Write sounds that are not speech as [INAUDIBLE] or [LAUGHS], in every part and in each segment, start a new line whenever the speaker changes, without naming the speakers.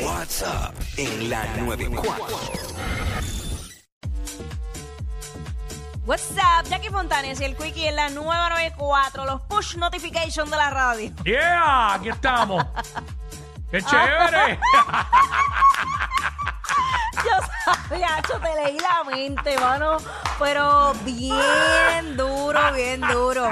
WhatsApp en la 94.
What's up, Jackie Fontanes y el Quickie en la 994, los push notification de la radio. [LAUGHS]
¡Yeah! Aquí estamos. ¡Qué chévere!
Yo sabía, yo te leí la mente, mano, pero bien duro, bien duro.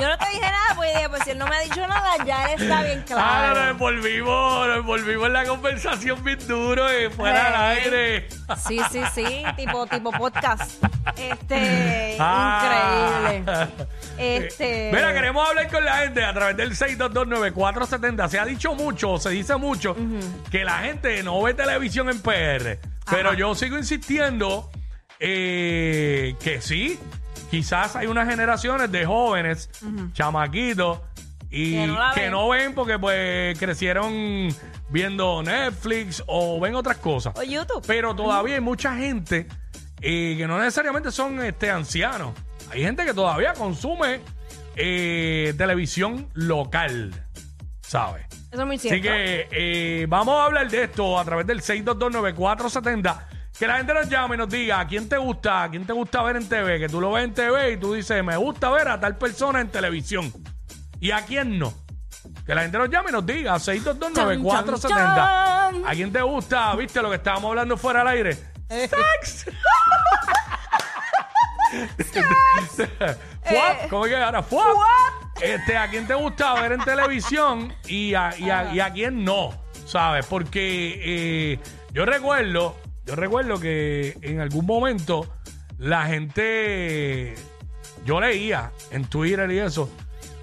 Yo no te dije nada, pues, dije, pues si él no me ha dicho nada, ya él está bien
Ahora Ah, nos
claro.
envolvimos, nos envolvimos en la conversación bien duro y fuera al
Ey.
aire.
Sí, sí, sí, tipo, tipo podcast. Este,
Ah.
increíble. Este.
[LAUGHS] Mira, queremos hablar con la gente a través del 6229470. Se ha dicho mucho, se dice mucho, que la gente no ve televisión en PR. Pero yo sigo insistiendo eh, que sí, quizás hay unas generaciones de jóvenes, chamaquitos, y
Que
que
no la
no,
ven.
ven porque pues crecieron viendo Netflix o ven otras cosas.
O YouTube.
Pero todavía hay mucha gente eh, que no necesariamente son este, ancianos. Hay gente que todavía consume eh, televisión local, ¿sabes?
Eso es muy cierto.
Así que eh, vamos a hablar de esto a través del 6229470. Que la gente nos llame y nos diga a quién te gusta, a quién te gusta ver en TV. Que tú lo ves en TV y tú dices, me gusta ver a tal persona en televisión. ¿Y a quién no? Que la gente nos llame y nos diga, 6229470. ¿A quién te gusta? ¿Viste lo que estábamos hablando fuera al aire? ¡Sex! [LAUGHS]
Eh,
¿Fuap? ¿Cómo que ahora? ¿Fuap? Este, ¿A quién te gusta ver en televisión y a, y a- y a quién no? ¿Sabes? Porque eh, yo recuerdo, yo recuerdo que en algún momento la gente, yo leía en Twitter y eso,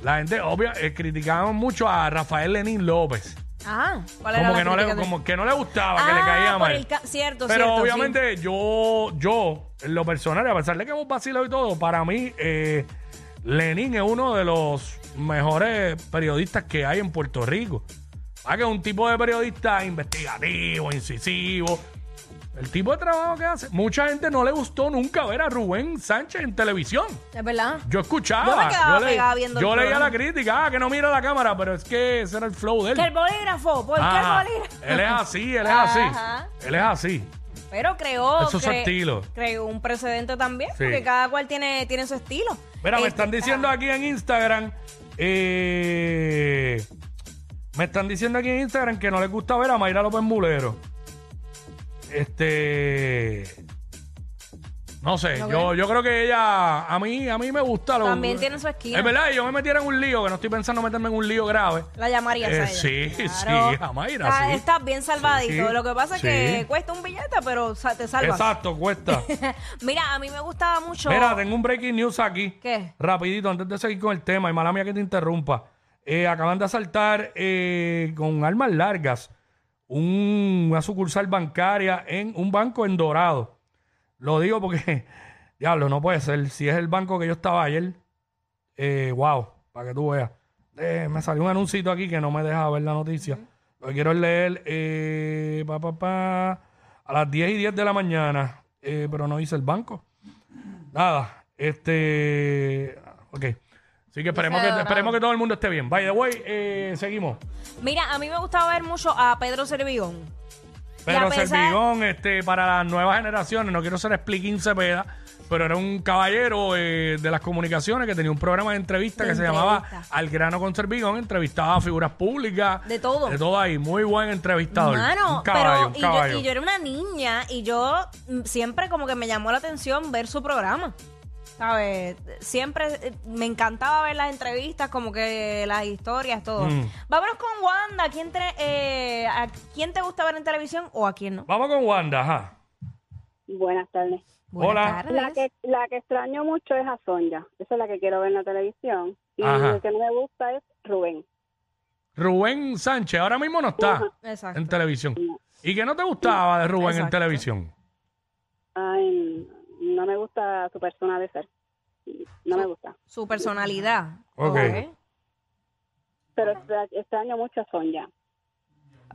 la gente, obvio, eh, criticaban mucho a Rafael Lenín López.
Ah, ¿cuál era
Como
la
que, no le,
crítica de-
como que no le gustaba, que
Ah,
le caía
por
mal.
el ca- cierto,
Pero
cierto, sí.
obviamente yo, yo, en lo personal, a pesar de que hemos vacilado y todo, para mí eh, Lenin es uno de los mejores periodistas que hay en Puerto Rico. Ah, que es un tipo de periodista investigativo, incisivo. El tipo de trabajo que hace. Mucha gente no le gustó nunca ver a Rubén Sánchez en televisión.
Es verdad.
Yo escuchaba.
Yo me quedaba
yo
pegada viendo el
yo leía
programa.
la crítica, ah, que no mira la cámara, pero es que ese era el flow de él.
Que el bolígrafo, ¿por qué
Ajá.
el bolígrafo?
Él es así, él
[LAUGHS]
es
Ajá.
así. Él es así.
Pero creó,
Eso es su
cre-
estilo.
creó un precedente también,
Sí.
porque cada cual tiene, tiene su estilo.
Mira, me
Este,
están diciendo
ah,
aquí en Instagram. eh, me están diciendo aquí en Instagram que no les gusta ver a Mayra López Mulero. Este. No sé,
Ok.
yo, yo creo que ella. A mí, a mí me gusta lo
También tiene su esquina.
Es verdad, y yo me metiera en un lío, que no estoy pensando meterme en un lío grave.
La llamaría
Eh,
esa
sí, [LAUGHS] sí, a Mayra,
Está-
sí.
Estás bien salvadito.
Sí,
Lo que pasa es
sí.
que cuesta un billete, pero sa- te salvas.
Exacto, cuesta.
[LAUGHS] Mira, a mí me gustaba mucho.
Mira, tengo un breaking news aquí.
¿Qué?
Rapidito, antes de seguir con el tema, y mala mía que te interrumpa. Eh, acaban de asaltar eh, con armas largas un- una sucursal bancaria en un banco en Dorado. Lo digo porque, [LAUGHS] diablo, no puede ser. Si es el banco que yo estaba ayer, eh, wow, para que tú veas. Eh, me salió un anuncito aquí que no me deja ver la noticia. Lo que quiero es leer eh, pa, pa, pa, a las 10 y 10 de la mañana, eh, pero no dice el banco. Nada, este. Ok. Así que esperemos, que, esperemos que todo el mundo esté bien. By the way, eh, seguimos.
Mira, a mí me gustaba ver mucho a Pedro Servigón.
Pedro
a pesar-
Servigón, este, para las nuevas generaciones, no quiero ser expliquín Cepeda, pero era un caballero eh, de las comunicaciones que tenía un programa de entrevista
De
que se llamaba
entrevista.
Al grano con Servigón, entrevistaba a figuras públicas.
De todo.
De todo ahí, muy buen entrevistador.
Mano,
un caballo,
pero
un
y yo-
caballo.
y yo era una niña y yo mm, siempre como que me llamó la atención ver su programa. ¿Sabes? Siempre eh, me encantaba ver las entrevistas, como que las historias, todo.
Mm.
Vámonos con Wanda. ¿Quién te, eh, ¿A quién te gusta ver en televisión o a quién no?
Vamos con Wanda, ajá.
Buenas tardes.
Hola.
tardes.
La que, la que extraño mucho es a Sonja. Esa es la que quiero ver en la televisión. Y
Ajá.
el que no me gusta es Rubén.
Rubén Sánchez, ahora mismo no está
Exacto.
en televisión. ¿Y qué no te gustaba de Rubén en
Exacto.
televisión?
Ay, no me gusta su persona de ser. No me gusta.
Su personalidad.
Ok.
Pero extra- extraño mucho a Sonja.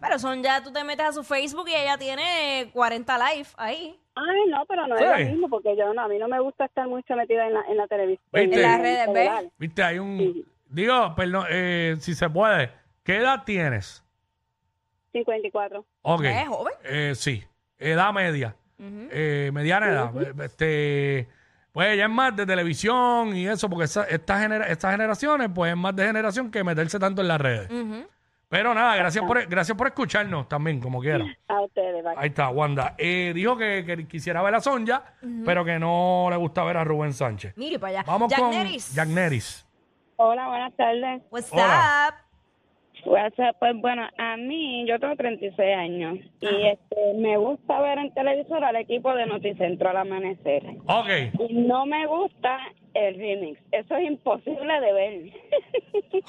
Pero son ya, tú te metes a su Facebook y ella tiene 40 live ahí.
Ay, no, pero no
Sí.
es lo mismo, porque yo no, a mí no me gusta estar mucho metida en la, en la televisión.
¿Viste? En las
redes, ¿ves?
general.
Viste, hay un.
Sí.
Digo, perdón, eh, si se puede, ¿qué edad tienes?
54.
Ok.
¿Es joven?
Eh, sí. Edad media. Eh, mediana edad. Eh, Este, pues ya es más de televisión y eso, porque esa- esta genera- estas generaciones, pues es más de generación que meterse tanto en las redes.
Mm.
Pero nada, gracias por, gracias por escucharnos también, como quiera.
A ustedes, bye.
Ahí está, Wanda. Eh, dijo que, que quisiera ver a Sonja, pero que no le gusta ver a Rubén Sánchez.
Mire para allá.
Vamos
Jack
con
Neris.
Jack Neris.
Hola, buenas tardes.
What's
Hola.
up?
What's up? Pues bueno, a mí, yo tengo 36 años y este, me gusta ver en televisor al equipo de Noticentro al amanecer.
Ok.
Y no me gusta el remix. Eso es imposible de ver.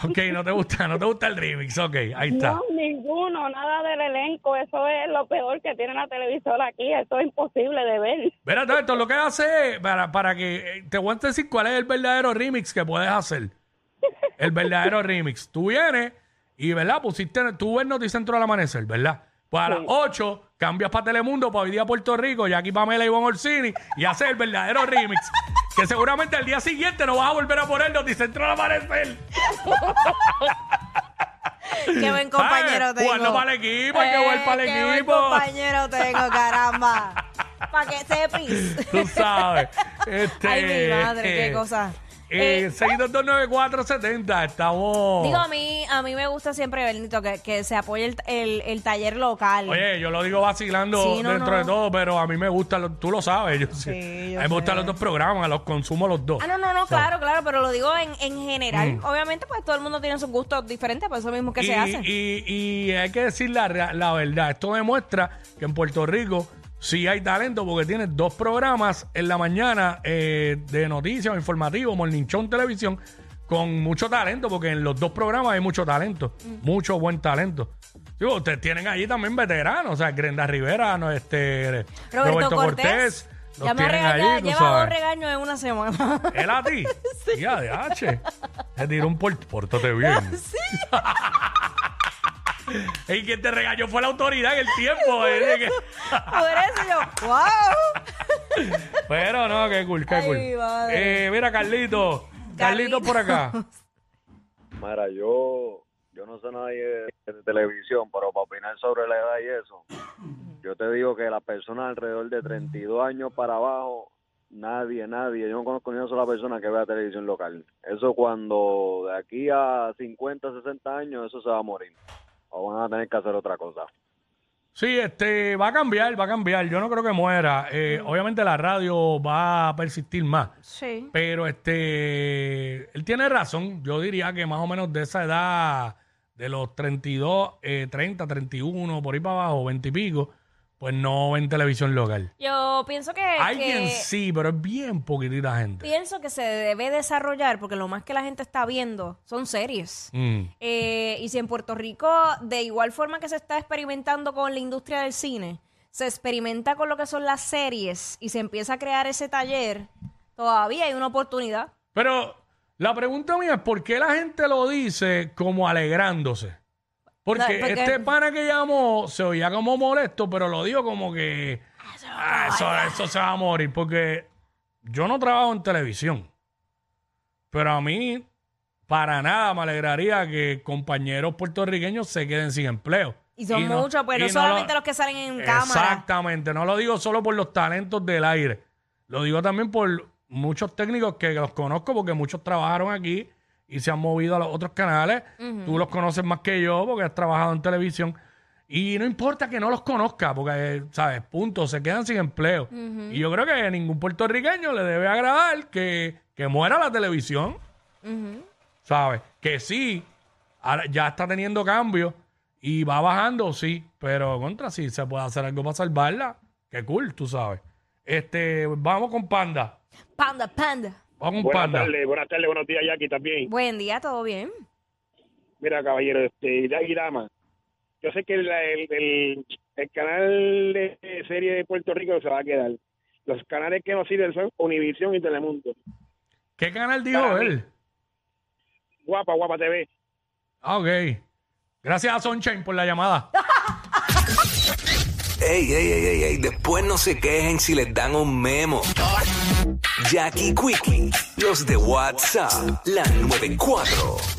Ok, no te gusta, no te gusta el remix. Ok, ahí está.
no, ninguno, nada del elenco. Eso es lo peor que tiene la televisora aquí. Eso es imposible de ver.
Verá, todo esto lo que hace es para, para que eh, te voy a decir cuál es el verdadero remix que puedes hacer.
[LAUGHS]
El verdadero remix. Tú vienes y, ¿verdad? Pusiste, tú ves Noticentro al amanecer, ¿verdad? Pues a las 8 cambias para Telemundo, para hoy día Puerto Rico, Jackie Pamela y Ivonne Orsini y haces el verdadero remix. Que seguramente al día siguiente no vas a volver a poner Noticentro al amanecer.
Qué
[LAUGHS]
buen compañero
¿Sabes?
tengo. Eh,
Jugando para el equipo, hay que jugar para el
qué buen
equipo.
compañero tengo,
[LAUGHS]
caramba. Para que sepis.
Tú sabes. Este,
Ay, mi madre, qué
eh,
cosa.
Eh,
Eh,
6229470, estamos.
Digo, a mí, a mí me gusta siempre, Benito, que, que se apoye el, el- el taller local.
Oye, yo lo digo vacilando
Sí, no,
dentro
no.
de todo, pero a mí me gustan, los- tú lo sabes, yo sé.
Sí, yo
a mí me gustan
sé.
los dos programas, los consumo los dos.
Ah, no, no, no,
O sea,
claro, claro, pero lo digo en, en general.
Mm.
Obviamente, pues todo el mundo tiene sus gustos diferentes, por eso mismo que
y,
se hace.
y- y hay que decir la, rea- la verdad, esto demuestra que en Puerto Rico sí hay talento porque tienes dos programas en la mañana eh, de noticias, informativo, Morninchón Televisión, con mucho talento, porque en los dos programas hay mucho talento,
Mm.
mucho buen talento. Sí, ustedes tienen allí también veteranos, o sea, Grenda Rivera, no, este, Roberto, Cortés. los
ya me
tienen
regaña-
allí, tú
lleva
sabes.
dos regaños en una semana. [LAUGHS]
Él a ti. Ya de H. Te tiró un por... Pórtate
[LAUGHS]
bien.
sí.
Y quien te regañó fue la autoridad en el
[LAUGHS]
tiempo. eh, de que-
Por eso yo, wow.
Pero no, qué cool, qué
Ay,
cool.
mi madre.
Eh, mira, Carlito. Carlito por acá.
Mira, yo, yo no sé nadie de, de televisión, pero para opinar sobre la edad y eso, yo te digo que las personas alrededor de 32 años para abajo, nadie, nadie, yo no conozco ni una sola persona que vea televisión local. Eso cuando de aquí a 50, 60 años, eso se va a morir. O van a tener que hacer otra cosa.
Sí, este, va a cambiar, va a cambiar. Yo no creo que muera. Eh,
Mm.
Obviamente la radio va a persistir más.
Sí.
Pero este, él tiene razón. Yo diría que más o menos de esa edad, de los 32, eh, 30, 31, por ahí para abajo, 20 y pico, pues no ven televisión local.
Yo pienso que,
Alguien
que-
sí, pero es bien poquitita gente.
pienso que se debe desarrollar, porque lo más que la gente está viendo son series.
Mm.
Eh, y si en Puerto Rico, de igual forma que se está experimentando con la industria del cine, se experimenta con lo que son las series y se empieza a crear ese taller, todavía hay una oportunidad.
Pero la pregunta mía es por qué la gente lo dice como alegrándose. Porque,
No, porque-
este pana que llamó se oía como molesto, pero lo dijo como que "Ah, eso, eso se va a morir. Porque yo no trabajo en televisión. Pero a mí, para nada, me alegraría que compañeros puertorriqueños se queden sin empleo.
Y son muchos, pues no
y
solamente
lo-
los que salen en cámara.
Exactamente, no lo digo solo por los talentos del aire, lo digo también por muchos técnicos que los conozco porque muchos trabajaron aquí y se han movido a los otros canales. Tú los conoces más que yo porque has trabajado en televisión. Y no importa que no los conozca, porque, eh, ¿sabes? Punto, se quedan sin empleo. Y yo creo que a ningún puertorriqueño le debe agradar que, que muera la televisión. ¿sabes? Que sí, ahora ya está teniendo cambios y va bajando, sí, pero contra sí se puede hacer algo para salvarla. Qué cool, tú sabes. Este, vamos con Panda.
Panda, panda.
Vamos con
Buenas
Panda.
tardes, buenas tardes, buenos días, Jackie, también.
Buen día, ¿todo bien?
Mira, caballero, este, Jackie Dama, yo sé que la- el, el- el canal de serie de Puerto Rico se va a quedar. Los canales que nos sirven son Univisión y Telemundo.
¿Qué canal dijo
Para mí.
él?
Guapa, guapa TV.
Ah, ok. Gracias a Sunshine por la llamada.
Ey, ey, ey, ey, ey, después no se quejen si les dan un memo. Jackie Quickie, los de WhatsApp, la 94.